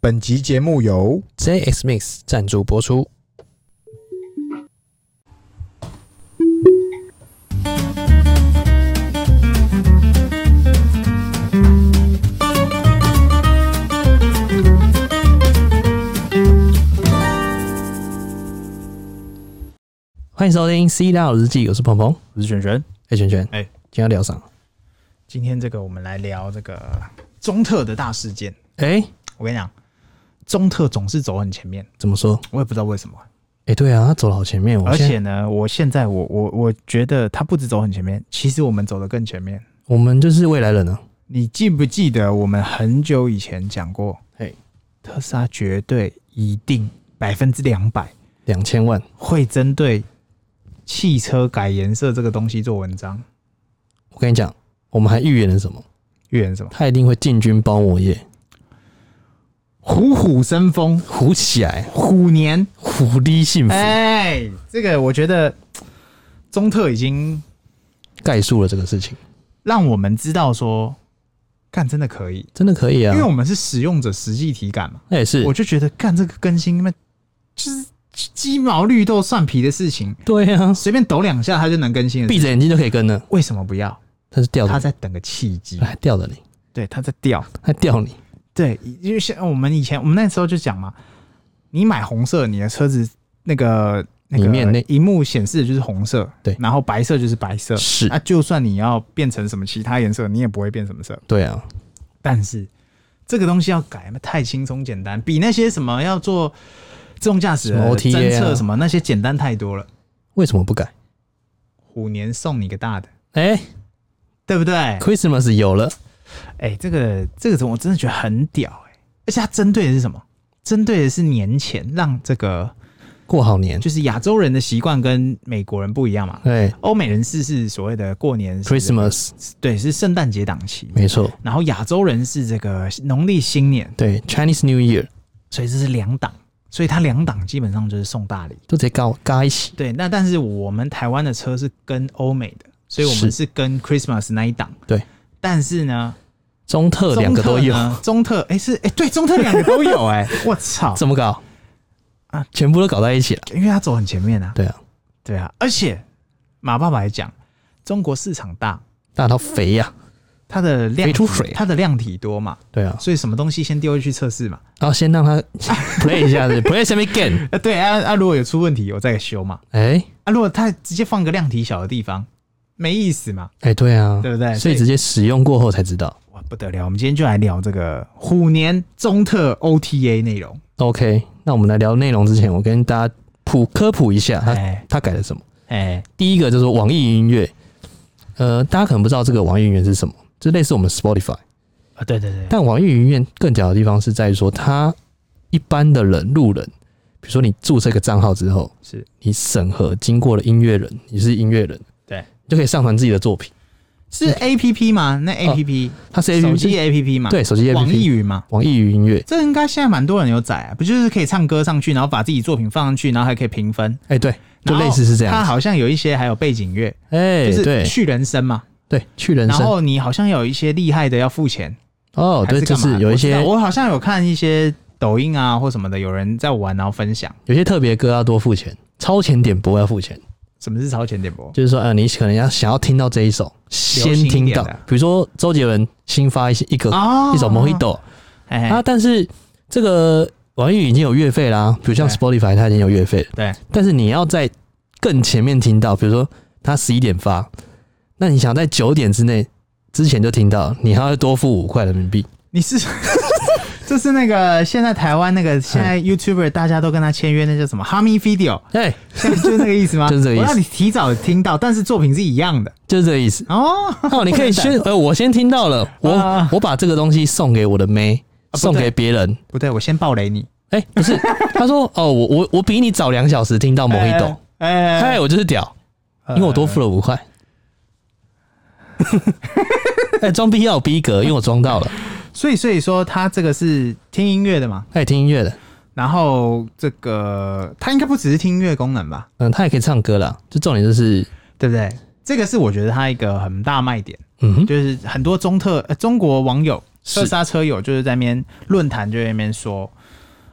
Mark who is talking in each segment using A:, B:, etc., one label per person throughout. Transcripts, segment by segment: A: 本集节目由
B: JX Mix 赞助播出。欢迎收听《C 大佬日记》，我是鹏鹏，
A: 我是璇璇。
B: 哎、圈圈，
A: 哎
B: 今天要聊啥？
A: 今天这个我们来聊这个中特的大事件。
B: 哎、
A: 我跟你讲，中特总是走很前面，
B: 怎么说？
A: 我也不知道为什么。
B: 哎、对啊，他走了好前面，我
A: 而
B: 现在
A: 且呢，我现在我我我觉得他不止走很前面，其实我们走得更前面。
B: 我们就是未来人啊。
A: 你记不记得我们很久以前讲过，
B: 嘿，
A: 特斯拉绝对一定百分之两百
B: 两千万，
A: 会针对汽车改颜色这个东西做文章，
B: 我跟你讲，我们还预言了什么？
A: 预言什么？
B: 他一定会进军包膜业，
A: 虎虎生风，
B: 虎起来，
A: 虎年。
B: 虎力幸福，
A: 哎、这个我觉得中特已经
B: 概述了这个事情，
A: 让我们知道说，干真的可以，
B: 真的可以啊
A: 因为。我们是使用者实际体感嘛，
B: 那也是
A: 我，就觉得干这个更新，那就是鸡毛绿豆蒜皮的事情，
B: 对啊，
A: 随便抖两下它就能更新了。
B: 闭着眼睛就可以跟了。
A: 为什么不要？
B: 他是吊
A: 他
B: 着，
A: 在等个契机，
B: 还吊着你，
A: 对，他在掉。
B: 还吊你，
A: 对，因为像我们以前，我们那时候就讲嘛，你买红色，你的车子那个那
B: 里面
A: 个
B: 那
A: 荧幕显示的就是红色，
B: 对
A: 然后白色就是白色，
B: 是
A: 啊，就算你要变成什么其他颜色，你也不会变什么色。
B: 对啊，
A: 但是这个东西要改，那太轻松简单，比那些什么要做自动驾驶
B: 什
A: 的
B: 么 OTA 啊
A: 侦测什么那些简单太多了。
B: 为什么不改？
A: 虎年送你个大的，
B: 哎、
A: 对不对？哎
B: c h r i s t m a s 有了，、
A: 这个这个我真的觉得很屌哎、而且它针对的是什么？针对的是年前，让这个
B: 过好年，
A: 就是亚洲人的习惯跟美国人不一样嘛。
B: 哎
A: 欧美人士是所谓的过年是
B: ，Christmas，
A: 对，是圣诞节档期。
B: 没错，
A: 然后亚洲人是这个农历新年，
B: 对，Chinese New Year
A: 所以这是两档，所以它两档基本上就是送大礼。
B: 都直接搞嘎一起，
A: 对，那但是我们台湾的车是跟欧美的，所以我们
B: 是
A: 是跟 Christmas 那一档。
B: 对，
A: 但是呢，
B: 中特两个都有，
A: 中特呢，中特哎、是哎、对，中特两个都有 哎、我操，
B: 怎么搞
A: 啊？
B: 全部都搞在一起了，
A: 因为他走很前面啊，
B: 对啊，
A: 对啊，而且马爸爸也讲，中国市场大，
B: 大到肥呀、
A: 它的量
B: 飞出
A: 体
B: 水啊
A: 它的量体多嘛，
B: 对啊，
A: 所以什么东西先丢进去测试嘛，
B: 然后先让他 play 一下子，play some again，
A: 呃对啊啊，如果有出问题我再给修嘛，
B: 哎、
A: 啊如果他直接放个量体小的地方，没意思嘛，
B: 哎、对啊，
A: 对不对
B: 所以
A: 所以
B: 直接使用过后才知道。
A: 哇，不得了！我们今天就来聊这个虎年中特 OTA 内容。
B: OK，那我们来聊内容之前，我跟大家普科普一下，他
A: 哎
B: 他改了什么？
A: 哎
B: 第一个就是网易云音乐，呃，大家可能不知道这个网易云音乐是什么，就类似我们 Spotify，
A: 啊，对对对，
B: 但网易云音乐更屌的地方是在于说，它一般的人路人，比如说你注册一个账号之后，
A: 是
B: 你审核经过了音乐人，你是音乐人，
A: 对，
B: 你就可以上传自己的作品，
A: 是 APP 吗？那 APP、
B: 它是 A
A: 手
B: P
A: 机
B: P
A: APP 嘛？
B: 哦对手机 A P
A: 网易
B: P
A: 云嘛？
B: 网易云音乐，
A: 这应该现在蛮多人有载啊，不就是可以唱歌上去，然后把自己作品放上去，然后还可以评分，
B: 哎、对，就
A: 然后
B: 类似是这
A: 它
B: 样，
A: 好像有一些还有背景乐，
B: 哎、
A: 就是
B: 对
A: 去人声嘛。
B: 对，去人
A: 然
B: 生
A: 后你好像有一些厉害的要付钱，
B: 哦，
A: 还
B: 对，就
A: 干嘛
B: 是有一些
A: 我知道我好像有看一些抖音啊或什么的，有人在玩然后分享。
B: 有些特别歌要多付钱，超前点播要付钱，
A: 什么是超前点播？
B: 就是说，呃，你可能要想要听到这一首，先
A: 行一
B: 听
A: 点
B: 到
A: 的，
B: 比如说周杰伦新发一些一个、
A: 哦
B: 一首《Mojito
A: 哎》
B: 啊，但是这个网易云已经有月费啦，比如像
A: 对
B: Spotify 它已经有月费了，
A: 对，
B: 但是你要在更前面听到，比如说它十一点发，那你想在九点之内之前就听到，你还要多付五块人民币，
A: 你是， 这是那个现在台湾那个现
B: 嗯
A: 在 YouTuber 大家都跟他签约，那叫什么 Hami Video，
B: 哎、
A: 现在就是那个意思吗？
B: 就是这个意思
A: 我让你提早听到，但是作品是一样的
B: 就是这个意 思。
A: 哦。
B: 哦，你可以先， 呃，我先听到了，我、
A: 啊
B: 我把这个东西送给我的妹，
A: 不
B: 送
A: 对
B: 给别人，
A: 不对，我先暴雷你。
B: 哎、不是， 他说哦，我我我比你早两小时听到某一
A: 哎
B: 懂，
A: 哎，
B: 嗨、
A: 哎
B: 我就是屌，
A: 呃
B: 因为我多付了五块。 哎、装逼要有逼格，因为我装到了。
A: 所以所以说他这个是听音乐的嘛，
B: 他也听音乐的，
A: 然后这个他应该不只是听音乐功能吧，
B: 嗯，他也可以唱歌啦。就重点就是，
A: 对不对？这个是我觉得他一个很大卖点，
B: 嗯哼，
A: 就是很多中特、呃、中国网友特斯拉车友就是在那边论坛就在那边说，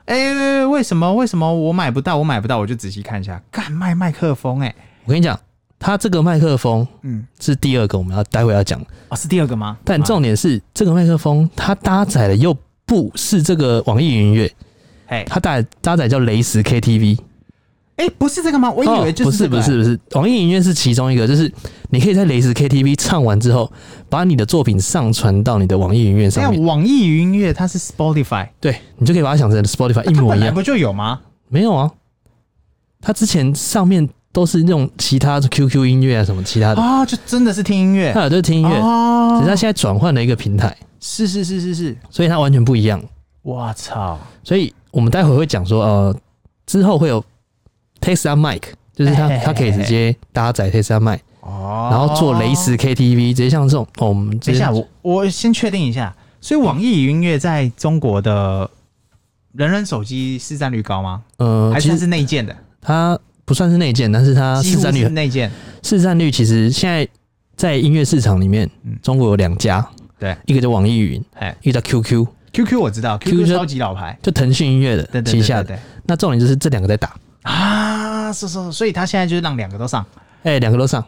A: 哎、为什么为什么我买不到？我买不到，我就仔细看一下，干卖麦克风、哎，
B: 我跟你讲，它这个麦克风
A: 嗯，
B: 是第二个我们要待会要讲的，
A: 哦，是第二个吗？
B: 但重点是、这个麦克风它搭载的又不是这个网易云音乐，
A: 哎
B: 它搭搭载叫雷石 KTV。
A: 哎、不是这个吗？我以为就
B: 哦、不
A: 这个、
B: 不是不是，网易云音乐是其中一个，就是你可以在雷石 KTV 唱完之后，把你的作品上传到你的网易云音乐
A: 哎，
B: 上
A: 那
B: 面，
A: 网易云音乐它是 Spotify，
B: 对你就可以把它想成 Spotify
A: 它
B: 一模
A: 啊本
B: 一
A: 来
B: 样。
A: 不就有吗？
B: 没有啊，它之前上面都是用其他 QQ 音乐啊什么其他的，
A: 啊、就真的是听音乐，
B: 它有就是听音乐，只是它
A: 哦，
B: 现在转换了一个平台，
A: 是是是是是，
B: 所以它完全不一样。
A: 我操，
B: 所以我们待会会讲说，呃，之后会有 Tesla Mic，就是它
A: 哎哎哎
B: 它可以直接搭载 Tesla Mic，
A: 哦，
B: 然后做雷石 KTV，直接像这种，哦，我们直
A: 等
B: 接
A: 一下，我我先确定一下，所以网易云音乐在中国的人人手机市占率高吗？
B: 呃，
A: 还
B: 其
A: 算
B: 实
A: 是内建的？
B: 它不算是内建，但是它
A: 几
B: 市
A: 乎
B: 占
A: 是
B: 率，
A: 内建，
B: 市占率其实现在在音乐市场里面
A: 嗯，
B: 中国有两家，
A: 对，
B: 一个叫网易云，
A: 哎
B: 一个叫 QQ，
A: ，QQ 我知道
B: QQ
A: ，QQ
B: 就
A: 超级老牌，
B: 就腾讯音乐
A: 对
B: 的
A: 对对
B: 旗下
A: 对
B: 的。
A: 对
B: 那重点就是这两个在打，
A: 啊，是是，是所以他现在就是让两个都上
B: 哎，两个都上，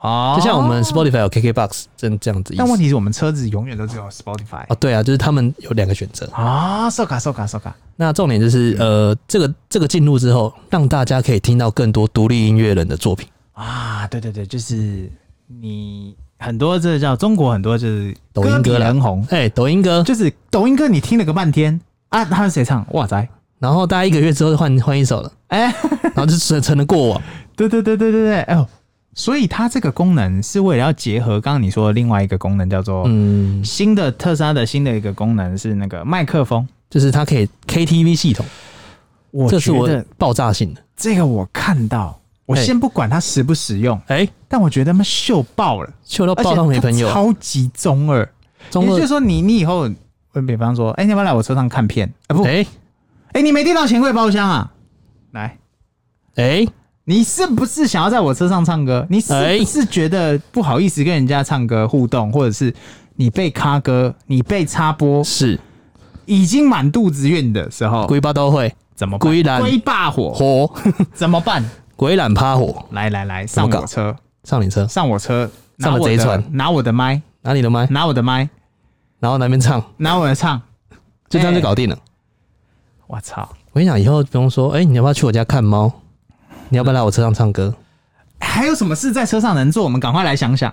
A: 哦
B: 就像我们 Spotify 有 KKBox 这这样子意
A: 但问
B: 思。
A: 题是我们车子永远都只有 Spotify
B: 哦，对啊，就是他们有两个选择。
A: 啊，收卡收卡收卡，
B: 那重点就是，呃，这个这个进入之后，让大家可以听到更多独立音乐人的作品，
A: 啊，对对对，就是你很多这叫中国很多就是
B: 抖音
A: 比
B: 歌啦
A: 人红，
B: 哎、抖音歌，
A: 就是抖音歌你听了个半天啊，他是谁唱？哇塞！
B: 然后大家一个月之后就换换一首了，
A: 哎、
B: 然后就成成了过往。
A: 对对对对对对，哎呦，所以它这个功能是为了要结合刚刚你说的另外一个功能，叫做、
B: 嗯，
A: 新的特斯拉的新的一个功能是那个麦克风。
B: 就是它可以 KTV 系统，
A: 我
B: 这是
A: 觉
B: 我
A: 得
B: 爆炸性的。
A: 这个我看到，我
B: 哎
A: 先不管它实不实用，
B: 哎、
A: 但我觉得他们秀爆了，
B: 秀到
A: 而
B: 哦爆
A: 且
B: 到没
A: 它
B: 朋友，
A: 超级中二。
B: 中
A: 也就
B: 二
A: 是说你，你以后，呃比方说，哎、你要不要来我车上看片？啊、不，哎、
B: 哎
A: 你没订到钱柜包厢啊？来，
B: 哎
A: 你是不是想要在我车上唱歌？你是
B: 哎
A: 不是觉得不好意思跟人家唱歌互动，或者是你被卡歌、你被插播，
B: 是
A: 已经满肚子怨的时候，
B: 龟巴都会
A: 怎么
B: 龟
A: 办？
B: 然
A: 龟爸火
B: 火，
A: 怎么办？
B: 鬼懒趴火
A: 来来来，
B: 么
A: 上
B: 搞
A: 我车，
B: 上你车，
A: 上我车，拿
B: 上了
A: 我
B: 贼
A: 的
B: 船
A: 拿我的麦，
B: 拿你的麦，
A: 拿我的麦，
B: 然后那边唱，
A: 拿我的唱，
B: 就这样就
A: 哎
B: 搞定了。
A: 我操！
B: 我跟你讲，以后不用说，哎、你要不要去我家看猫？你要不要来我车上唱歌？
A: 还有什么事在车上能做？我们赶快来想想。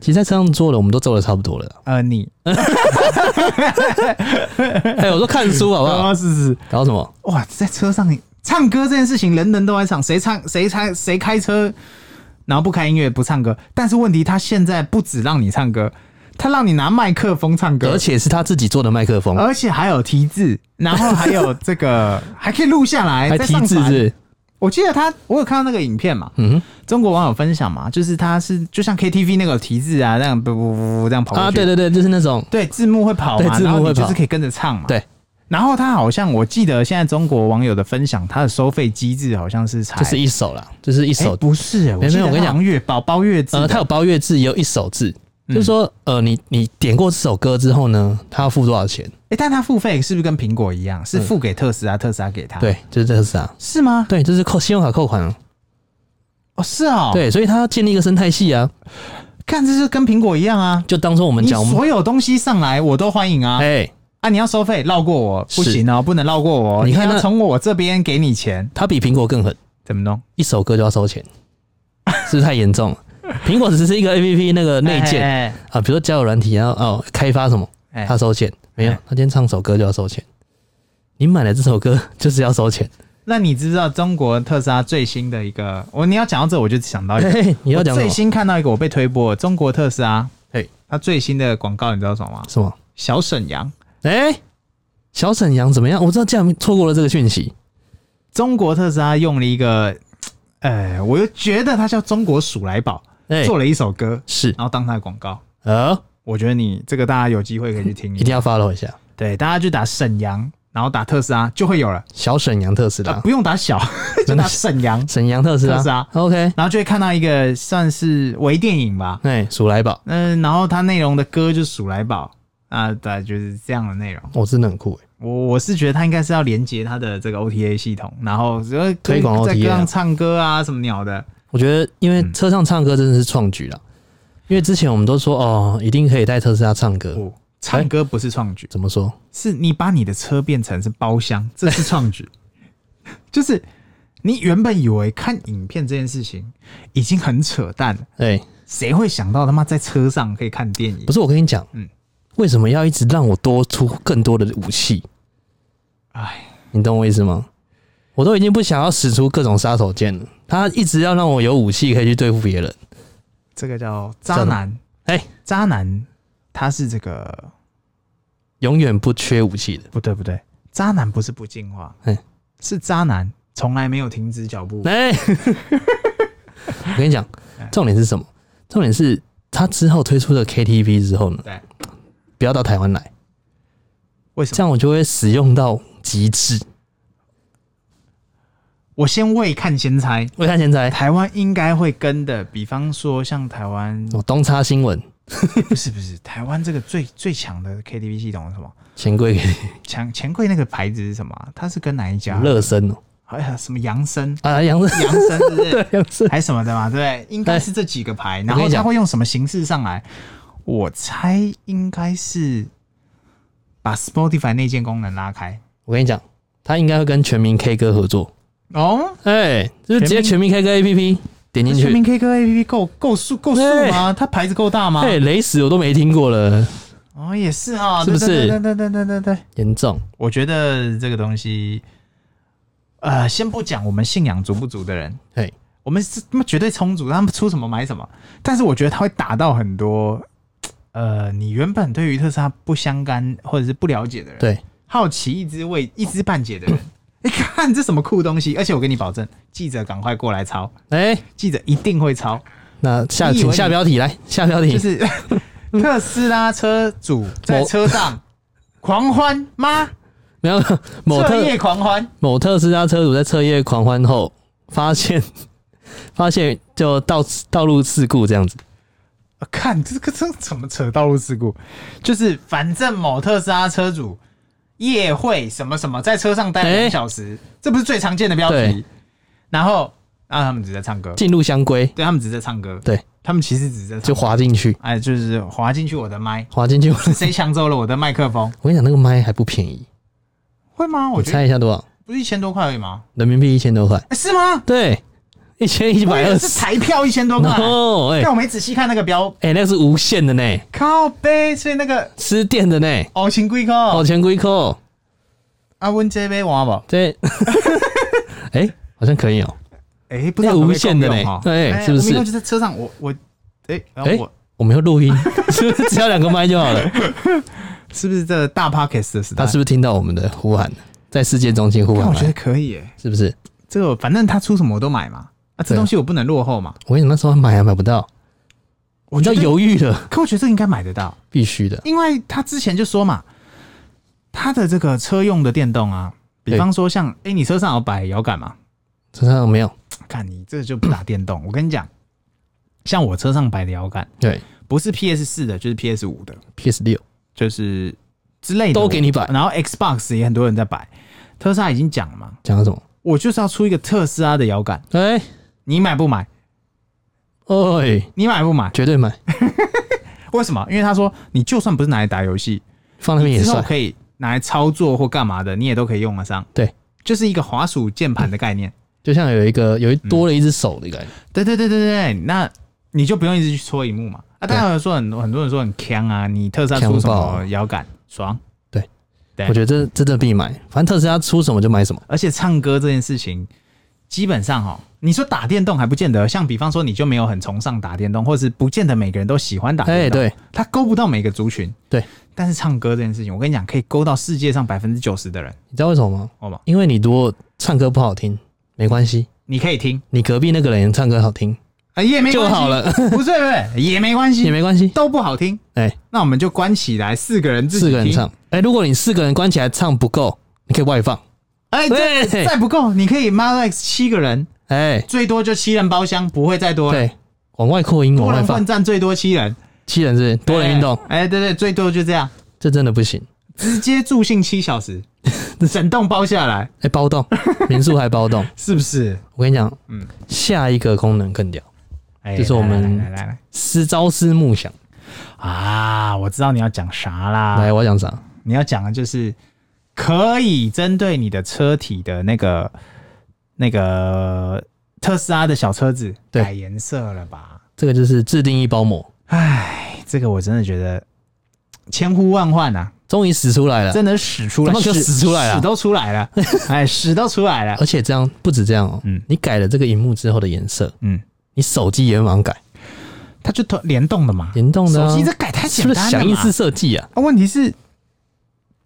B: 其实，在车上做了，我们都做的差不多了啦。
A: 呃，你
B: 哎、我说看书好不好？
A: 啊，是是，是
B: 搞什么？
A: 哇，在车上你唱歌这件事情，人人都爱唱，谁唱谁唱谁开车，然后不开音乐不唱歌。但是问题，他现在不只让你唱歌，他让你拿麦克风唱歌
B: 而，且是他自己做的麦克风，
A: 而且还有题字，然后还有这 个还可以录下来，
B: 还
A: 再
B: 提
A: 哎上
B: 字是
A: 传
B: 不是？
A: 我记得他，我有看到那个影片嘛，
B: 嗯
A: 中国网友分享嘛，就是他是就像 KTV 那个题字啊，那样不不不不这样跑
B: 哼
A: 过去
B: 啊，对对对，就是那种
A: 对，字幕会跑
B: 对
A: 嘛，
B: 字幕
A: 然后
B: 会
A: 你就
B: 跑
A: 是可以跟着唱嘛。
B: 对。
A: 然后他好像，我记得现在中国网友的分享，他的收费机制好像是才，
B: 就是一首啦，就是一
A: 哎
B: 首。
A: 不是、
B: 没有
A: 记
B: 没有
A: 得
B: 我跟你
A: 他好像越包包越字啊的，
B: 呃，它有包月制，也有一首制，
A: 嗯
B: 就是说，呃，你你点过这首歌之后呢，它要付多少钱？
A: 哎、但他付费是不是跟苹果一样，是付给特斯拉，特斯拉给他？，
B: 嗯对，就是这个是啊，
A: 是吗？
B: 对，就是扣信用卡扣款啊，
A: 哦，是哦，，
B: 对，所以它要建立一个生态系啊，
A: 看这是跟苹果一样啊。
B: 就当做我们
A: 你
B: 讲我们，
A: 所有东西上来我都欢迎啊！
B: 哎，
A: 啊，你要收费绕过我不
B: 是
A: 行哦，不能绕过我。
B: 你看
A: 要
B: 那
A: 从我这边给你钱，
B: 它比苹果更狠，
A: 怎么弄？
B: 一首歌就要 收钱，是不是太严重了？苹果只是一个 A P P 那个内建
A: 哎
B: 啊，比如说交友软体，然后哦开发什么，
A: 哎
B: 他
A: 哎
B: 收钱没有？
A: 哎
B: 他今天唱首歌就要收钱，你买了这首歌 就是要收钱。
A: 那你知道中国特斯拉最新的一个？我你要讲到这，我就想到一
B: 嘿
A: 个，
B: 嘿 你要讲
A: 我最
B: 什么？
A: 新看到一个我被推播，中国特斯拉，
B: 嘿，
A: 它最新的广告你知道什么吗？
B: 什么？
A: 小沈阳，
B: 哎、小沈阳怎么样？我知道竟然错过了这个讯息。
A: 中国特斯拉用了一个，呃，我又觉得它叫中国鼠来宝，
B: 哎、
A: 做了一首歌，
B: 是
A: 然后当它的广告。
B: 呃，
A: 我觉得你这个大家有机会可以去听
B: 一定要 follow 一下。
A: 对，大家就打沈阳然后打特斯拉就会有了，
B: 小沈阳特斯
A: 啊
B: 拉，
A: 不用打小， 就打沈阳，
B: 沈阳特斯拉，
A: 特斯拉
B: ，OK，
A: 然后就会看到一个算是微电影吧，
B: 哎，鼠来宝，
A: 嗯、然后它内容的歌就是鼠来宝啊，对，就是这样的内容。
B: 我、真的很酷哎，
A: 我我是觉得它应该是要连接它的这个 OTA 系统，然后只要
B: 推广 OTA
A: 在歌上唱歌啊什么鸟的，
B: 我觉得因为
A: 嗯
B: 车上唱歌真的是创举啦，因为之前我们都说哦，一定可以带特斯拉唱歌，
A: 不，唱歌不是创举，
B: 怎么说？
A: 是你把你的车变成是包厢，这是创举。 就是你原本以为看影片这件事情已经很扯淡了，
B: 哎、
A: 谁会想到他妈在车上可以看电影
B: 不？是我跟你讲，
A: 嗯
B: 为什么要一直让我多出更多的武器？
A: 哎，
B: 你懂我意思吗？我都已经不想要使出各种杀手锏了，他一直要让我有武器可以去对付别人。
A: 这个叫渣男。
B: 哎
A: 渣男他是这个
B: 永远不缺武器的。
A: 不对不对，渣男不是不进化，
B: 嗯
A: 是渣男从来没有停止脚步。
B: 哎、我跟你讲，重点是什么？重点是他之后推出了 KTV 之后呢，
A: 对，
B: 不要到台湾来，
A: 为什
B: 这
A: 么？
B: 样我就会使用到极致。
A: 我先未看先猜，
B: 我看现在，
A: 台湾应该会跟的，比方说像台湾
B: 我东差新闻，
A: 不是不是，台湾这个最最强的 KTV 系统是什么？
B: 钱柜给
A: 强钱柜那个牌子是什么啊？它是跟哪一家？
B: 乐声哦，、
A: 哎呀，什么扬声
B: 啊，杨
A: 扬声是不是？
B: 杨是
A: 还什么的嘛？对不对，应该是这几个牌。然
B: 我跟
A: 后
B: 你讲
A: 它会用什么形式上来？我猜应该是把 Spotify 内建功能拉开。
B: 我跟你讲，他应该会跟全民 K 歌合作。
A: 哦，
B: 哎、就是直接全
A: 全
B: 民 K 歌 A P P 点进
A: 全
B: 去
A: 民，K 歌 APP 够够数够数吗？它牌子够大吗
B: 哎、？雷死我都没听过了，
A: 哦，也是啊，
B: 是不是
A: 对对对对对对对。
B: 严重。
A: 我觉得这个东西，呃，先不讲我们信仰足不足的人，
B: 嘿，
A: 我们是他妈绝对充足，他们出什么买什么。但是我觉得他会打到很多，呃，你原本对于特斯拉不相干或者是不了解的人，
B: 对，
A: 好奇一知未一知半解的人， 你看这什么酷东西？而且我跟你保证，记者赶快过来抄，
B: 哎、
A: 记者一定会抄，
B: 那下
A: 你以为
B: 请
A: 你
B: 下标题来，下标题、
A: 就是 特斯拉车主在
B: 某
A: 车 上狂欢吗？
B: 没有某
A: 彻
B: 特
A: 夜狂欢。
B: 某特斯拉车主在彻夜狂欢后发现 发现就道道路事故这样子，
A: 啊看这个这怎么扯道路事故？就是反正某特斯拉车主夜会什么什么，在车上待了两小时，这不是最常见的标
B: 对
A: 题。然后啊，他们只是在唱歌，
B: 进入相规，
A: 对他们只是在唱歌，
B: 对
A: 他们其实只是在唱歌
B: 就滑进去，
A: 哎，就是滑进去我的麦，
B: 滑进去。
A: 是谁抢走了我的麦克风？
B: 我跟你讲，那个麦还不便宜，
A: 会吗？我
B: 我
A: 觉得
B: 猜一下多少？
A: 不是一千多块而已吗？
B: 人民币一千多块，
A: 哎是吗？
B: 对，一千一
A: 我
B: 百
A: 以
B: 二
A: 为是
B: 十。
A: 彩票一千多 块，
B: 哦，哎
A: 但我没仔细看那个标，
B: 哎，那个是无线的呢，
A: 靠背，所以那个
B: 吃电的呢，
A: 哦，情贵
B: 哦，
A: 哥，
B: 钱归扣。
A: 啊，问这杯玩不？
B: 对，哎、好像可以哦、
A: 哎、不知道可不可以共用哈
B: 那无线的嘞对
A: 哎
B: 是不是
A: 我明天就在车上，我我哎、然后
B: 哎
A: 我
B: 我们要录音， 是不是只要两个麦就好了？
A: 是不是这个大 pockets 的时代？
B: 他是不是听到我们的呼喊，在世界中心呼
A: 但
B: 喊
A: 我觉得
B: 来？
A: 可以耶、
B: 是不是？
A: 这个反正他出什么我都买嘛，啊，这
B: 对啊
A: 东西我不能落后嘛。
B: 我跟你讲那时候买还买不到，
A: 我
B: 你
A: 觉
B: 都
A: 得，
B: 犹豫了，
A: 可我觉得这个应该买得到，
B: 必须的。
A: 因为他之前就说嘛，他的这个车用的电动啊，比方说像哎、你车上有摆摇杆嘛，
B: 车上没有，
A: 看你这就不打电动。我跟你讲，像我车上摆的摇杆，
B: 对
A: 不是 PS 四的，就是 PS 五的，
B: ，PS 六
A: 就是之类的，
B: 都给你摆。
A: 然后 Xbox 也很多人在摆，特斯拉已经讲了嘛，
B: 讲到什么？
A: 我就是要出一个特斯拉的摇杆，
B: 哎、
A: 你买不买？
B: 哦，
A: 你买不买？
B: 绝对买，
A: 为什么？因为他说你就算不是拿来打游戏，
B: 放那边也
A: 之后
B: 帅。
A: 可以拿来操作或干嘛的，你也都可以用得上。
B: 对，
A: 就是一个滑鼠键盘的概念。
B: 就像有一个有一多了一只手的感觉，
A: 对对对对对，那你就不用一直去戳荧幕嘛。啊，当然有说很多很多人说很强啊，你特斯拉出什
B: 呛爆啊
A: 么摇杆爽？对
B: 我觉得这这真的必买。反正特斯拉出什么就买什么，
A: 而且唱歌这件事情，基本上哈，你说打电动还不见得，像比方说你就没有很崇尚打电动，或是不见得每个人都喜欢打电
B: 哎
A: 动，
B: 对，
A: 它勾不到每个族群。
B: 对，
A: 但是唱歌这件事情，我跟你讲，可以勾到世界上百分之九十的人，
B: 你知道为什么吗？
A: 好吗？
B: 因为你如果唱歌不好听，没关系，
A: 你可以听
B: 你隔壁那个人唱歌好听
A: 啊，也没关系
B: 就好，了，
A: 不是不是也没关
B: 也
A: 系，
B: 没关系。
A: 都不好听，
B: 哎、
A: 那我们就关起来，四个人自己
B: 四个人
A: 听
B: 唱，哎、如果你四个人关起来唱不够，你可以外放。
A: 哎，这
B: 对
A: 再不够，你可以 Max 七个人，
B: 哎、
A: 最多就七人包厢，不会再多了。
B: 对，往外扩音，往
A: 多
B: 外
A: 人
B: 放
A: 混，战最多七人，
B: 七人是不是多人运动，
A: 哎，哎对对，最多就这样，
B: 这真的不行。
A: 直接助兴七小 时，整栋包下来，
B: 哎、包栋民宿还包栋，
A: 是不是？
B: 我跟你讲，
A: 嗯
B: 下一个功能更屌，
A: 哎
B: 这是我们
A: 来来来来
B: 思朝思暮想。
A: 来啊！我知道你要讲啥啦，
B: 来，我要讲啥？
A: 你要讲的就是可以针对你的车体的那个那个特斯拉的小车子
B: 对
A: 改颜色了吧？
B: 这个就是自定义包膜，
A: 哎，这个我真的觉得千呼万唤啊，
B: 终于使出来了。
A: 真的使出来，
B: 怎么就使出来了啊
A: 屎都出来 了，哎，屎都出来了
B: 而，且这样不止这样哦、
A: 嗯
B: 你改了这个荧幕之后的颜色，
A: 嗯，
B: 你手机也会马上改，
A: 它就同联动的嘛，
B: 联动的、啊。
A: 手机这改太
B: 是
A: 简
B: 不是
A: 单
B: 响
A: 了
B: 应
A: 嘛
B: 式，设计啊？
A: 啊，问题是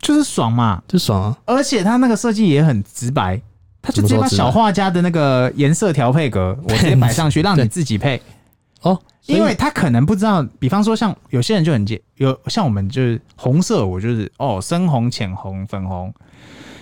A: 就是爽嘛，
B: 就爽啊！
A: 而且它那个设计也很直白。它就直接把
B: 怎么说直白
A: 小画家的那个颜色调配 格，我直接摆上去，让你自己配。
B: 哦，所以
A: 因为他可能不知道，比方说像有些人就很介，有像我们就是红色，我就是哦深红、浅红、粉红。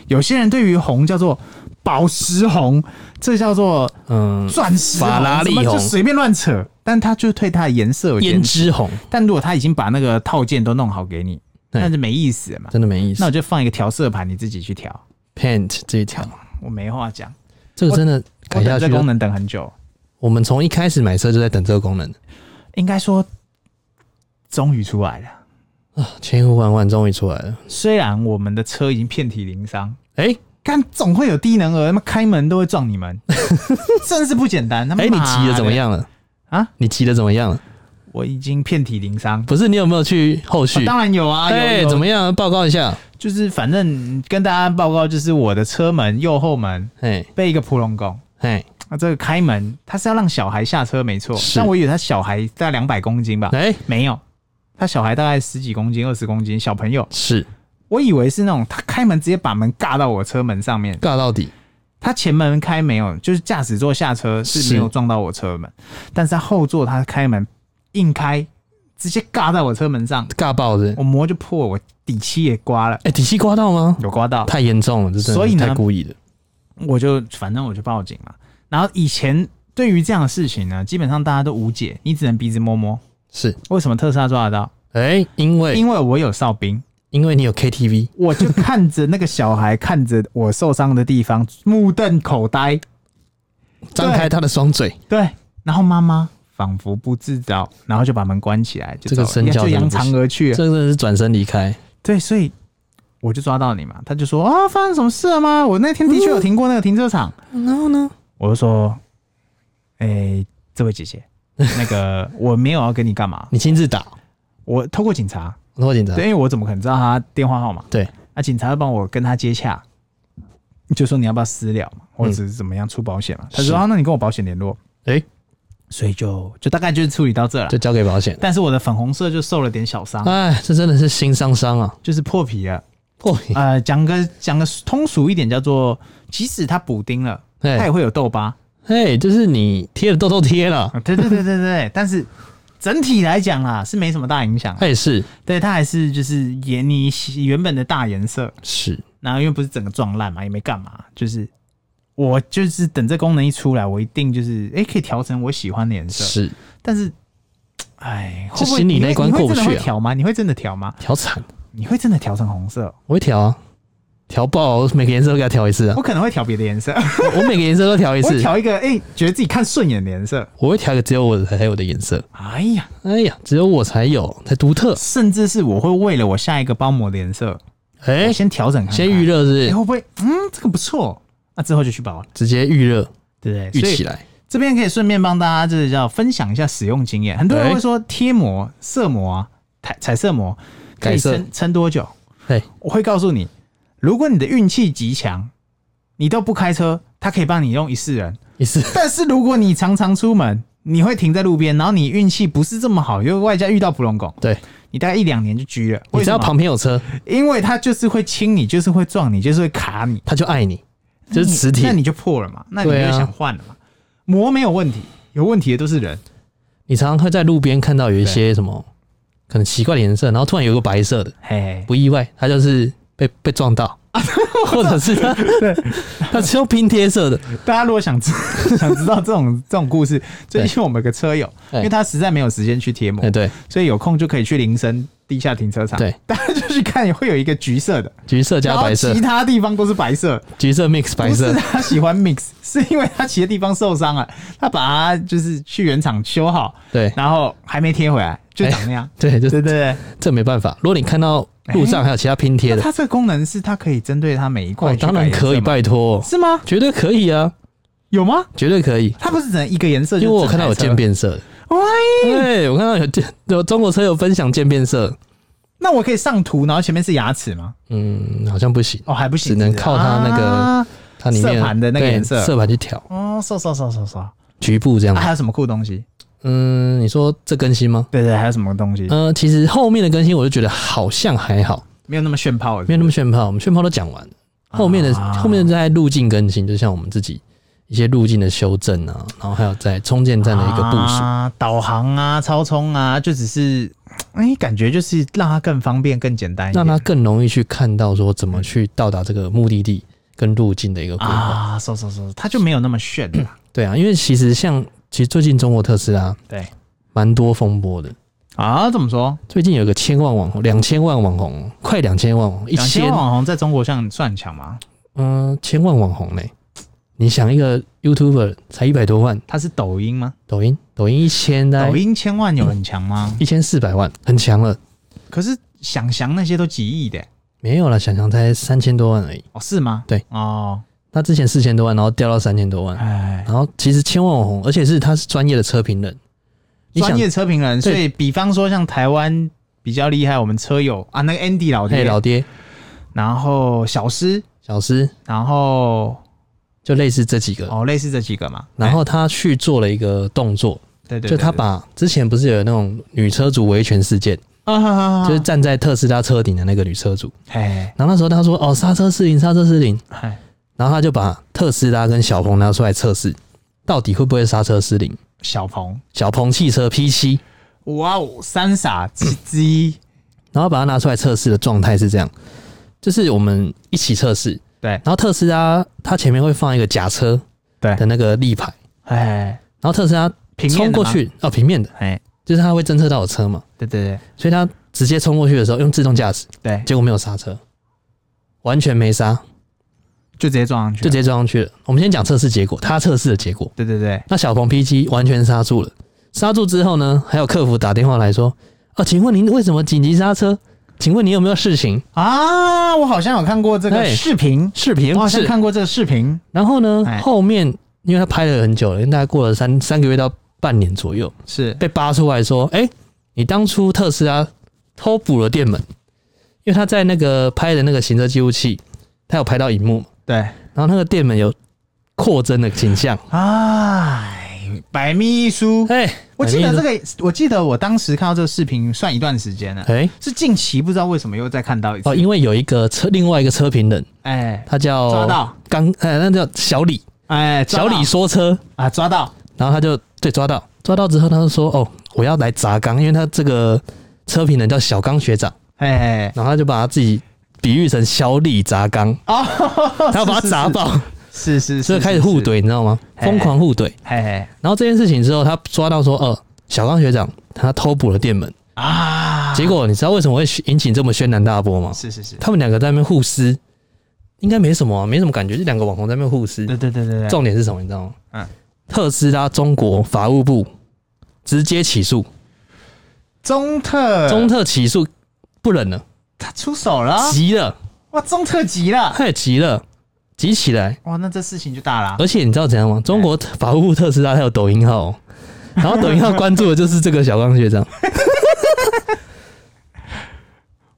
A: 有些人对于红叫做宝石红，这叫做
B: 嗯，
A: 钻石红、
B: 法拉
A: 什
B: 利
A: 么就
B: 红
A: 随便乱扯。但他就对它的颜色有
B: 胭
A: 坚持。
B: 脂红
A: 但如果他已经把那个套件都弄好给你，
B: 对
A: 那就没意思了嘛。
B: 真的没意
A: 那我
B: 思。
A: 就放一个调色盘，你自己去调。
B: Paint 这一条，
A: 我没话讲，
B: 这个真的
A: 我
B: 改
A: 等
B: 下
A: 这
B: 去
A: 功
B: 就，
A: 能等很久。
B: 我们从一开始买车就在等这个功能
A: 应该说，终于出来了。
B: 啊，千呼万唤终于出来了。
A: 虽然我们的车已经遍体鳞伤，
B: 哎
A: 干总会有低能儿，他妈开门都会撞你们， 真是不简单。他妈
B: 哎，
A: 的
B: 你骑的怎么？样了
A: 啊？
B: 你骑的怎么样了？
A: 我已经遍体鳞伤、
B: 不是你有没有去后
A: 哦
B: 续？
A: 当然有啊，有
B: 哎，
A: 有
B: 怎么样？报告一下。
A: 就是反正跟大家报告，就是我的车门右后门
B: 哎
A: 被一个扑龙拱。
B: 哎
A: 那、这个开门，他是要让小孩下车，没错。
B: 是
A: 但我以为他小孩大概两百公斤吧，
B: 哎，
A: 没有，他小孩大概十几公斤、二十公斤，小朋友。
B: 是
A: 我以为是那种他开门直接把门尬到我车门上面，
B: 尬到底。
A: 他前门开没有，就是驾驶座下车是没有
B: 是
A: 撞到我车门，但是他后座他开门硬开，直接尬在我车门上，
B: 尬爆是不
A: 我
B: 是？
A: 膜就破，我底漆也刮了，
B: 哎，底气刮到吗？
A: 有刮到，
B: 太严重了，这真
A: 嗯所
B: 的
A: 以
B: 是
A: 呢
B: 太故意的。
A: 我就反正我就报警嘛。然后以前对于这样的事情呢，基本上大家都无解，你只能鼻子摸摸。
B: 是
A: 为什么特斯拉抓得到？
B: 哎，因为
A: 因为我有哨兵，
B: 因为你有 KTV，
A: 我就看着那个小孩看着我受伤的地方，目瞪口呆。
B: 张开他的双嘴。
A: 对，然后妈妈仿佛不知道，然后就把门关起来，就
B: 这
A: 走
B: 个
A: 了
B: 身教
A: 就
B: 真的
A: 扬
B: 不行
A: 长而去了。
B: 这真的是转身离开，
A: 对，所以我就抓到你嘛，他就说啊，发生什么事了吗？我那天的确有停过那个停车场，
B: 然后呢？
A: 我就说，哎、这位姐 姐，那个我没有要跟你干嘛，
B: 你亲自打，
A: 我透过警察，
B: 我多紧张。
A: 对，因为我怎么可能知道他电话号码？
B: 对，
A: 啊，警察帮我跟他接洽，就说你要不要私了嘛，或者嗯是怎么样出保险嘛？他
B: 是
A: 说啊，那你跟我保险联络，
B: 哎、
A: 所以就就大概就是处理到这了
B: 就。交给保险。
A: 但是我的粉红色就受了点小伤，
B: 哎，这真的是新伤伤啊！
A: 就是破皮了。
B: 破皮，
A: 呃，讲个讲个通俗一点，叫做即使它补丁了，它也
B: 哎
A: 会有痘疤。
B: 哎，就是你贴的痘痘贴了，
A: 啊对对对对对， 但是整体来讲啦，是没什么大影响。
B: 它也哎是
A: 对，它还是就是沿你原本的大颜色，
B: 是
A: 然后因为不是整个撞烂嘛，也没干嘛，就是。我就是等这功能一出来，我一定就是哎、诶可以调成我喜欢的颜色。
B: 是
A: 但是，哎，
B: 这
A: 会不会
B: 心里
A: 你
B: 那
A: 会
B: 关
A: 你会
B: 过不
A: 真的
B: 去
A: 会
B: 啊
A: 调吗？你会真的调吗？
B: 调惨，
A: 你会真的调成红色哦？
B: 我会调啊，调爆，我每个颜色都给它调一次啊，
A: 我可能会调别的 颜色，
B: 我我每个颜色都调一
A: 哦我会
B: 次，
A: 调一个哎、觉得自己看顺眼的颜色。
B: 我会调一个只有我才有的颜色。
A: 哎呀，
B: 哎呀，只有我才有，才独特。
A: 甚至是我会为了我下一个包膜的颜色，
B: 哎
A: 我，先调整看看，
B: 先预热是不
A: 哎
B: 是
A: 会不会嗯这个不错，那之后就去包了，
B: 直接预热
A: 对不对？
B: 预
A: 所
B: 起
A: 以
B: 来，
A: 这边可以顺便帮大家就是叫分享一下使用经验。很多人
B: 哎
A: 会说贴膜、色膜啊、彩彩色膜可
B: 改
A: 以
B: 色
A: 撑撑多久？
B: 对，
A: 我会告诉你，如果你的运气极强，你都不开车，它可以帮你用一世 人。
B: 也是
A: 但是如果你常常出门，你会停在路边，然后你运气不是这么好，又外加遇到普龙狗，
B: 对，
A: 你大概一两年就拘了。为
B: 你知
A: 什
B: 道
A: 么？
B: 旁边有车，
A: 因为它就是会亲你，就是会撞你，就是会卡你，
B: 他就爱你，就是磁铁
A: 那。你就破了嘛，那你
B: 对
A: 就
B: 啊
A: 想换了嘛。膜没有问题，有问题的都是人。
B: 你常常会在路边看到有一些什么可能奇怪的颜色，然后突然有一个白色的，
A: 嘿，
B: 不意外，它就是被被撞到，
A: 啊
B: 或者是它
A: 对，
B: 它是用拼贴色的，
A: 大家如果想知 想知道这种这种故事，最近我们有个车友，
B: 对
A: 因为他实在没有时间去贴膜
B: 哎，，对，
A: 所以有空就可以去林森地下停车场。
B: 对，
A: 大家就去看，会有一个橘色的，
B: 橘色
A: 然
B: 加
A: 后
B: 白色
A: 其，他地方都是白色。
B: 橘色 mix 白色
A: 不是，啊他喜欢 mix，是因为他其他地方受伤了，他把它就是去原厂修好，
B: 对哎
A: 然后还没贴回来，就长那样。
B: 对，就
A: 对
B: 是
A: 对对，
B: 这没办法。如果你看到路上还有其他拼贴
A: 那
B: 的，
A: 它这个功能是它可以针对它每一块、
B: 哦，当然可以，，拜托，
A: 是吗？
B: 绝对可以啊，
A: 有吗？
B: 绝对可以。
A: 它不是只能一个颜色
B: 因
A: 就
B: 为
A: 整台车？
B: 我看到有渐变色的，
A: 喂，
B: 对我看到有渐有中国车有分享渐变色，
A: 那我可以上图，然后前面是牙齿吗？
B: 嗯，好像不行，
A: 哦，还不行，
B: 只能
A: 是不是
B: 靠它那个
A: 啊
B: 它里面
A: 色盘的那个
B: 对
A: 颜色
B: 色盘去调
A: 哦，搜搜搜搜搜，啊，
B: 局部这样。
A: 还有什么酷东西？
B: 嗯，你说这更新吗？
A: 对对，还有什么东西？
B: 嗯、其实后面的更新我就觉得好像还好，
A: 没有那么炫炮，欸
B: 没有那
A: 么
B: 么炫炮，我们炫炮都讲完了。后面的、
A: 啊
B: 后面在路径更新，就像我们自己一些路径的修正啊，然后还有在充电站的一个部署。
A: 啊，导航啊，超充啊，就只是，哎，感觉就是让它更方便、更简单一
B: 让
A: 点。
B: 他更容易去看到说怎么去到达这个目的地跟路径的一个规划。
A: 啊，搜搜搜，它就没有那么炫了。
B: 对啊，因为其实像其实最近中国特斯拉
A: 对
B: 蛮多风波的，
A: 啊，怎么说？
B: 最近有个千万网红，两千万网红哦，快两千万网红，一
A: 两千
B: 千
A: 万网红在中国像算强吗？
B: 嗯、千万网红嘞、你想一个 YouTuber 才一百多万，
A: 它是抖音吗？
B: 抖音抖音一千
A: 抖
B: 呢，
A: 音千万有很强吗？
B: 一千四百万，很强了。
A: 可是想翔那些都几亿的、
B: 没有了，想想才三千多万而已。
A: 哦，是吗？
B: 对，
A: 哦，
B: 他之前四千多万，然后掉到三千多万，
A: 哎，
B: 然后其实千万网红，而且是他是专业的车评人。你想
A: 专业车评人，所
B: 对
A: 以比方说像台湾比较厉害，我们车友啊，那个 Andy 老
B: 嘿，
A: 爹，
B: 老爹、
A: 然后小诗，
B: 小师，
A: 然后
B: 就类似这几个。
A: 哦，类似这几个嘛，
B: 然
A: 哎
B: 后他去做了一个动作，
A: 对对
B: 就他
A: 对
B: 把之前不是有那种女车主维权事件，
A: 对啊哈哈哈哈，
B: 就是站在特斯拉车顶的那个女车主。
A: 哎
B: 然后那时候他说：“哦，刹车失灵，刹车失灵。
A: 哎”
B: 然后他就把特斯拉跟小鹏拿出来测试，到底会不会刹车失灵。
A: 小鹏，
B: 小鹏汽车 P 7
A: 哇哦，三傻之之 一，
B: 然后把它拿出来测试的状态是这样，就是我们一起测试，
A: 对
B: 然后特斯拉它前面会放一个假车
A: 对
B: 的那个立牌，
A: 哎，
B: 然后特斯拉
A: 平面
B: 冲
A: 的
B: 过
A: 吗，
B: 去哦，平面的，
A: 哎，
B: 就是它会侦测到有车嘛，
A: 对对对
B: 所以它直接冲过去的时候用自动驾驶，
A: 对，
B: 结果没有刹车，完全没刹，
A: 就直接撞上去
B: 就直
A: 了，
B: 接撞上去了。我们先讲测试结果，它测试的结果，
A: 对对对，
B: 那小鹏 P 7完全刹住了，刹住之后呢，还有客服打电话来说，哦，请问您为什么紧急刹车？请问你有没有事情？
A: 啊，我好像有看过这个
B: 哎
A: 视频，
B: 视频
A: 我好像
B: 是
A: 看过这个视频，
B: 然后呢
A: 哎，
B: 后面因为他拍了很久了，因为大概过了三三个月到半年左右，
A: 是
B: 被扒出来说，哎、你当初特斯拉偷补了电门，因为他在那个拍的那个行车记录器，他有拍到荧幕，
A: 对
B: 然后那个电门有扩增的景象，
A: 哎，百密一疏。
B: 哎、
A: 我记得
B: 反
A: 这
B: 正
A: 个，我记得我当时看到这个视频算一段时间了，
B: 哎、
A: 是近期不知道为什么又再看到一次
B: 哦，。因为有一个车，另外一个车评人，
A: 哎
B: 他叫
A: 抓到
B: 刚，哎、那叫小李，
A: 哎，抓
B: 小
A: 到
B: 李说车，
A: 啊，抓到
B: 然后他就对抓到，抓到之后他就说，哦，我要来砸缸，因为他这个车评人叫小刚学长。
A: 哎
B: 然后他就把他自己比喻成小李砸缸，
A: 哦，
B: 他要把他砸爆，
A: 是是是，
B: 所以
A: 是
B: 开始互，怼，你知道吗？
A: 嘿
B: 疯狂互怼。
A: 哎哎
B: 然后这件事情之后，他抓到说，呃，小刚学长他偷补了电门，
A: 啊，
B: 结果你知道为什么会引起这么轩然大波吗？
A: 是是是，
B: 他们两个在那边互撕，应该没什么啊、没什么感觉，就两个网红在那边互撕
A: 对。对对对对，
B: 重点是什么？你知道吗？
A: 嗯
B: 特斯拉中国法务部直接起诉，
A: 中特
B: 中特起诉不忍了，
A: 他出手了，
B: 急了，
A: 哇，中特急了，
B: 太急了，急起来。
A: 哇，那这事情就大了啊，
B: 而且你知道怎样吗？中国法务部特斯拉它有抖音号哦、然后抖音号关注的就是这个小刚学长，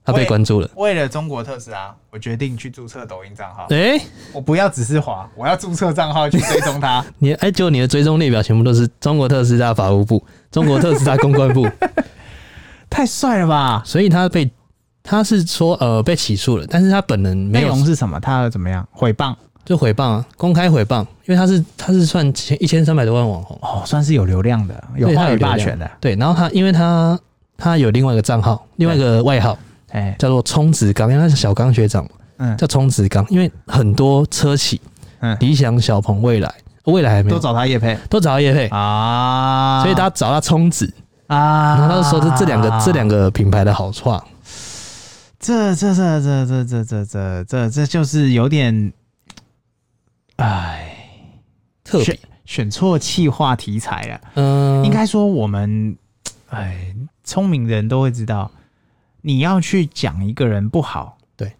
B: 他被关注了。
A: 为了中国特斯拉，我决定去注册抖音账号。
B: 哎、
A: 我不要只是滑，我要注册账号去追踪 它。
B: 你哎，结果你的追踪列表全部都是中国特斯拉法务部、中国特斯拉公关部，
A: 太帅了吧！
B: 所以他被他是说呃被起诉了，但是他本人没
A: 内
B: 有
A: 容是什么？它怎么样？毁谤
B: 就诽谤啊，公开诽谤，因为他是他是算前一千三百多万网红，
A: 哦，算是有流量的，有
B: 对他
A: 话语
B: 流
A: 霸
B: 量
A: 权的。
B: 对，然后他因为他他有另外一个账号，另外一个外号
A: 哎，
B: 叫做充值刚，因为他是小刚学长嘛。
A: 嗯
B: 叫冲直钢，因为很多车企，
A: 嗯
B: 理想、小鹏、未来，未来还没有
A: 都找他叶配
B: 都找到业配，
A: 啊，
B: 所以大家找到冲子，
A: 啊，
B: 然后那时候是这两个这两个品牌的好啊话，
A: 这这这这这这这这这这就是有点，哎，
B: 特别
A: 选选错气话题材了。
B: 嗯，
A: 应该说我们，哎，聪明人都会知道，你要去讲一个人不好，
B: 对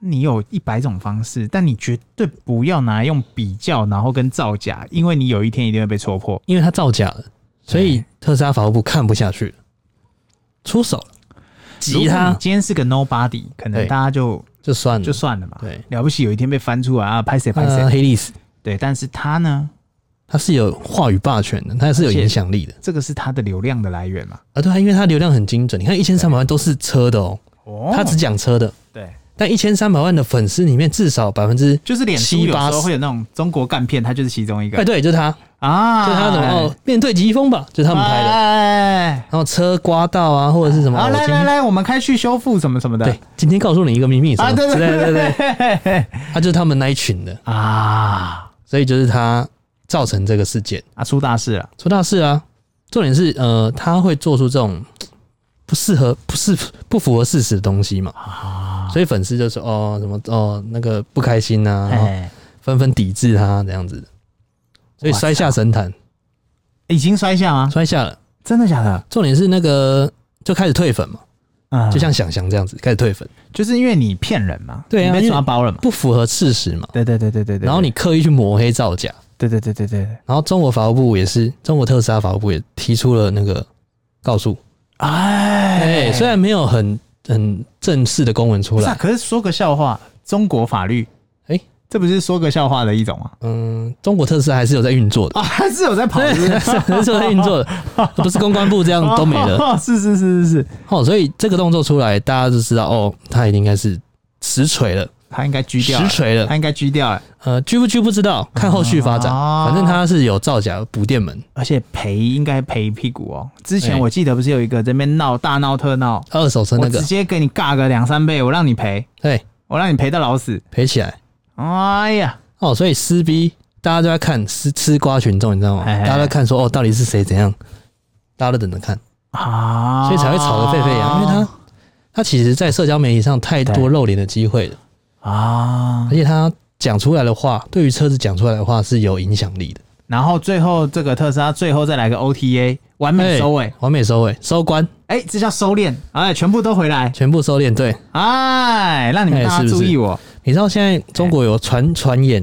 A: 你有一百种方式，但你绝对不要拿来用比较，然后跟造假，因为你有一天一定会被戳破。
B: 因为它造假了，所以特斯拉法务部看不下去了，出手了，
A: 如
B: 吉
A: 果
B: 他
A: 你今天是个 nobody，可能
B: 对
A: 大家就
B: 就算了，
A: 就算了嘛。
B: 对，
A: 了不起有一啊天被翻出来啊，拍谁拍谁。
B: 呃黑历史，
A: 对，但是他呢，
B: 它是有话语霸权的，它是有
A: 而且
B: 影响力的
A: 这个是他的流量的来源嘛？
B: 啊，对啊，因为它流量很精准，你看一千三百万都是车的哦，
A: 哦
B: 它只讲车的，
A: 对，
B: 但一千三百万的粉丝里面至少百分之。
A: 就是脸书
B: 七
A: 有
B: 八
A: 时候
B: 十
A: 会有那种中国干片，他就是其中一
B: 哎，
A: 个
B: 对，就是他，
A: 啊，
B: 就是他怎么哦，面对疾风吧，就是他们拍的。
A: 的。
B: 然后车刮到啊，或者是什么，
A: 好，
B: 我
A: 来
B: 今
A: 来
B: 天
A: 来，我们开去修复什么什么的。
B: 对，今天告诉你一个秘密什
A: 啊，
B: 么
A: 对
B: 之类
A: 对
B: 的，对对，
A: 对对
B: 他就是他们那一群的，
A: 啊
B: 所以就是他造成这个事件
A: 啊，出大事了！
B: 出大事啊。重点是呃，他会做出这种不适合、不是不符合事实的东西嘛，
A: 啊
B: 所以粉丝就说哦什么哦那个不开心呐、然后
A: 哎，
B: 纷纷抵制他这样子，所以摔下神坛，
A: 已经摔下吗？
B: 摔下了。
A: 真的假的？
B: 重点是那个就开始退粉嘛，
A: 啊，
B: 就像想象这样子开始退粉，
A: 就是因为你骗人嘛，
B: 对啊
A: 你被
B: 因为
A: 抓包了嘛。
B: 不符合事实嘛，
A: 对对对对对对。
B: 然后你刻意去抹黑造假。
A: 对，对对对对对。
B: 然后中国法务部也是，中国特斯拉法务部也提出了那个告诉，哎、
A: 哎，
B: 虽然没有很很正式的公文出
A: 不是啊，
B: 来，
A: 可是说个笑话，中国法律，
B: 哎
A: 这不是说个笑话的一种吗？
B: 嗯，中国特斯拉 还是有在运作的，
A: 啊，还是有在跑，
B: 对，
A: 是不是
B: 还 是有在运作的，不是公关部这样都没 了。
A: 哦，是是是是是，
B: 哦，所以这个动作出来，大家就知道哦，他一定应该是实锤了，
A: 他应该狙掉
B: 实
A: 了，
B: 锤了
A: 他。应该狙掉了，
B: 呃，拘不拘不知道，看后续发展。
A: 哦
B: 反正他是有造假补电门，
A: 而且赔应该赔屁股哦。之前
B: 哎
A: 我记得不是有一个在那边闹大闹特闹，
B: 二手车那
A: 我直
B: 个，
A: 接给你尬个两三倍，我让你赔，
B: 对，
A: 我让你赔到老死。
B: 赔起来。
A: 哎呀，
B: 哦，所以撕逼，大家都在看吃吃瓜群众，你知道吗？
A: 哎哎哎
B: 大家都在看说哦，到底是谁怎样，大家都等着看，
A: 啊，
B: 所以才会吵得沸沸扬，因为他他其实，在社交媒体上太
A: 对
B: 多露脸的机会了，
A: 他啊
B: 而，且他讲出来的话，对于车子讲出来的话是有影响力的。
A: 然后最后这个特斯拉最后再来个 OTA，完
B: 哎
A: 美收尾，
B: 完美收尾，收官，
A: 哎，这叫收敛，哎，全部都回来，
B: 全部收敛。对，
A: 哎，让你们
B: 哎
A: 大家
B: 是不
A: 注
B: 是
A: 意我，
B: 你知道现在中国有传传言，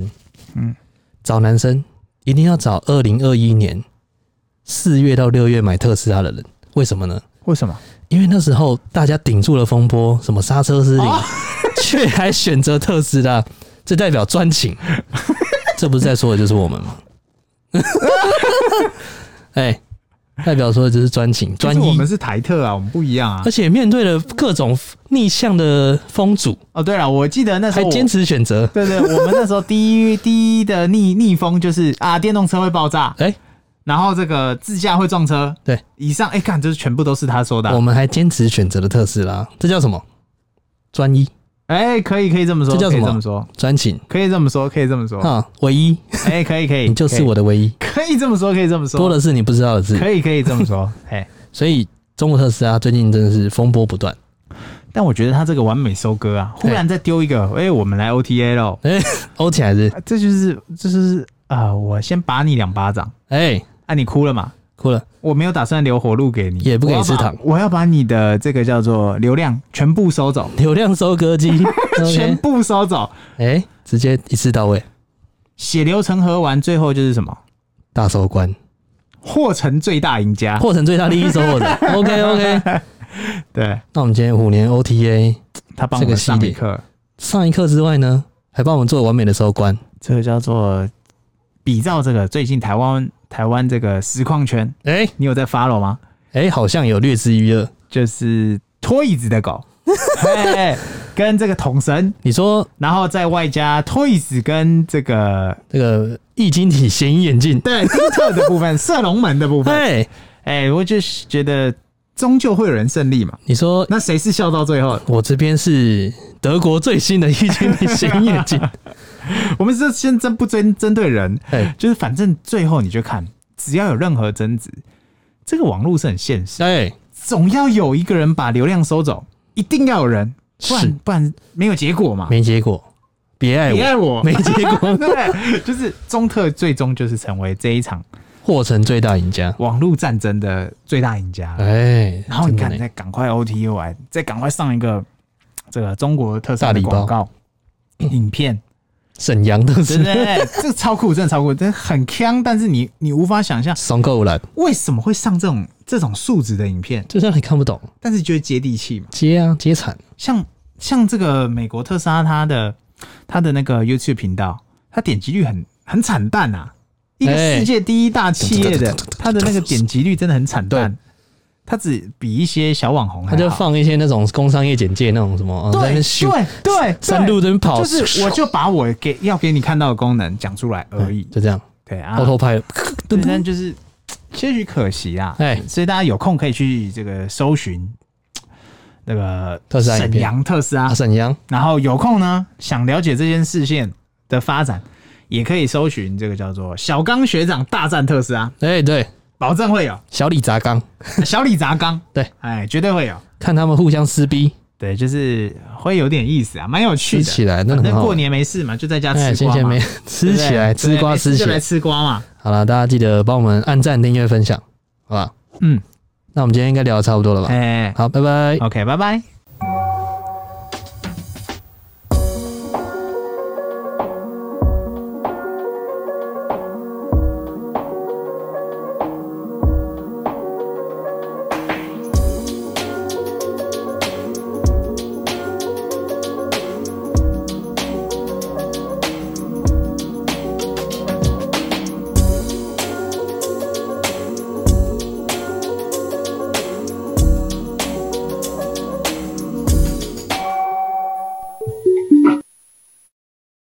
A: 嗯
B: 嗯，找男生一定要找二零二一年四月到六月买特斯拉的人，为什么呢？
A: 为什么？
B: 因为那时候大家顶住了风波，什么刹车失
A: 哦
B: 灵， 却还选择特斯拉，这代表专 情。这不是在说的就是我们吗？ 哎、代表说的就是专情、专
A: 可是我
B: 一哎
A: 们，是台特啊，我们不一样啊
B: 而。且面对了各种逆向的风阻，
A: 哦，对了，我记得那时
B: 还
A: 候我
B: 坚持选择。
A: 对对，我们那时候第一第一的逆逆风就是啊，电动车会爆炸，
B: 哎、
A: 然后这个自驾会撞车，
B: 对，
A: 以上哎，看、这全部都是他说的
B: 我
A: 啊、
B: 们还坚持选择了特斯拉，这叫什么？专一、
A: 哎、可以可以这么说，
B: 这叫
A: 可
B: 什
A: 以
B: 么
A: 这么说，
B: 专情
A: 可以这么说，可以这么说，
B: 啊，唯一，
A: 哎、啊可以可以，
B: 你就是我的唯一。
A: 可以，可以这么说，可以这么说，
B: 多的是你不知道的事，
A: 可以可以这么说，哎，
B: 所以中国特斯拉最近真的是风波不断。
A: 但我觉得他这个完美收割啊，忽
B: 对
A: 然再丢一个，哎、我们来 OTA 喽、
B: 哎、 欧起来是
A: 啊这就是这就是啊、我先把你两巴掌，
B: 哎、
A: 啊，你哭了嘛？
B: 哭了，
A: 我没有打算留活路给你，
B: 也不给你吃糖
A: 我要把我要把你的这个叫做流量全部收走，
B: 流量收 割机
A: 全
B: ，OK，
A: 部收走，
B: 哎、直接一次到位，
A: 血流成河完，最后就是什么？
B: 大收官，
A: 获成最大赢家。
B: 获成最大利益收获者，OK OK 。
A: 对
B: 那我们今天五年 OTA
A: 他帮
B: 这
A: 我
B: 个
A: 们上
B: 系
A: 一
B: 列
A: 课，
B: 上一课之外呢，还帮我们做完美的收官，
A: 这个叫做比照这个最近台湾台湾这个实况圈，
B: 哎、
A: 你有在 follow 吗？
B: 哎、好像有略知一二。
A: 就是拖椅子的狗， 嘿跟这个桶神，
B: 你说
A: 然后再外加拖椅子跟这个
B: 这个易晶体显影眼镜，
A: 对丁特的部分，射龙门的部分。
B: 哎、
A: 哎、我就是觉得终究会有人胜利嘛。
B: 你说
A: 那谁是笑到最后的？
B: 我这边是德国最新的一军的显 眼镜，
A: 我们是先针不针针对人，
B: 哎
A: 就是反正最后你就看，只要有任何争执，这个网络是很现实，
B: 哎，
A: 总要有一个人把流量收走，一定要有人，不
B: 是
A: 然不然没有结果嘛。
B: 没结果，别爱
A: 你爱
B: 我，
A: 我，
B: 没 结
A: 对
B: 果，
A: 不对？就是中特最终就是成为这一场
B: 获成最大赢家。
A: 网络战争的最大赢家。
B: 哎，
A: 然后你看，
B: 真的
A: 再
B: 呢
A: 赶快 OTU 来，再赶快上一个这个中国特色
B: 大
A: 的
B: 礼包
A: 广告 影片，
B: 沈阳都
A: 对不
B: 是
A: 对？ 这个超酷，真的超酷，真的很强，但是你你无法想象
B: 爽够了，
A: 为什么会上这种这种素质的影片，
B: 就让你看不懂，
A: 但是觉得接地气嘛。
B: 接啊接惨，
A: 像像这个美国特斯拉，它的它的那个 YouTube 频道，它点击率很很惨淡啊，一个
B: 哎
A: 世界第一大企业 的，它的那个点击率真的很惨淡
B: 对。
A: 它只比一些小网红还
B: 他就
A: 好
B: 放一些那种工商业简介那种什么，呃在那
A: 对
B: 边修
A: 对对
B: 山路
A: 对
B: 在那边跑，
A: 就是我就把我给要给你看到的功能讲出来而已。
B: 就这样，
A: 对啊，
B: 偷偷拍，
A: 对，但就是些许可惜啦。
B: 哎
A: 所以大家有空可以去这个搜寻那个
B: 特斯拉影
A: 沈
B: 片
A: 阳特斯拉
B: 啊，沈阳
A: 然后有空呢，想了解这件事线的发展，也可以搜寻这个叫做“小刚学长大战特斯拉
B: 哎对，”，
A: 保证会 有
B: 小李砸缸，
A: 小李砸缸，
B: 对，
A: 哎，绝对会有，
B: 看他们互相撕逼，
A: 对，就是会有点意思啊，蛮有趣
B: 吃起
A: 的。
B: 来那
A: 反
B: 很
A: 正
B: 好
A: 过
B: 玩。
A: 年没事嘛，就在家
B: 哎，
A: 吃
B: 先
A: 瓜
B: 先
A: 嘛
B: 没，
A: 对
B: 吃
A: 不对
B: 起来，吃瓜
A: 对
B: 吃起
A: 就来
B: 来。
A: 吃瓜嘛。
B: 好了，大家记得帮我们按赞、订阅、分享，好吧？
A: 嗯，
B: 那我们今天应该聊的差不多了吧？
A: 哎
B: 好，拜拜。
A: ，OK，拜拜。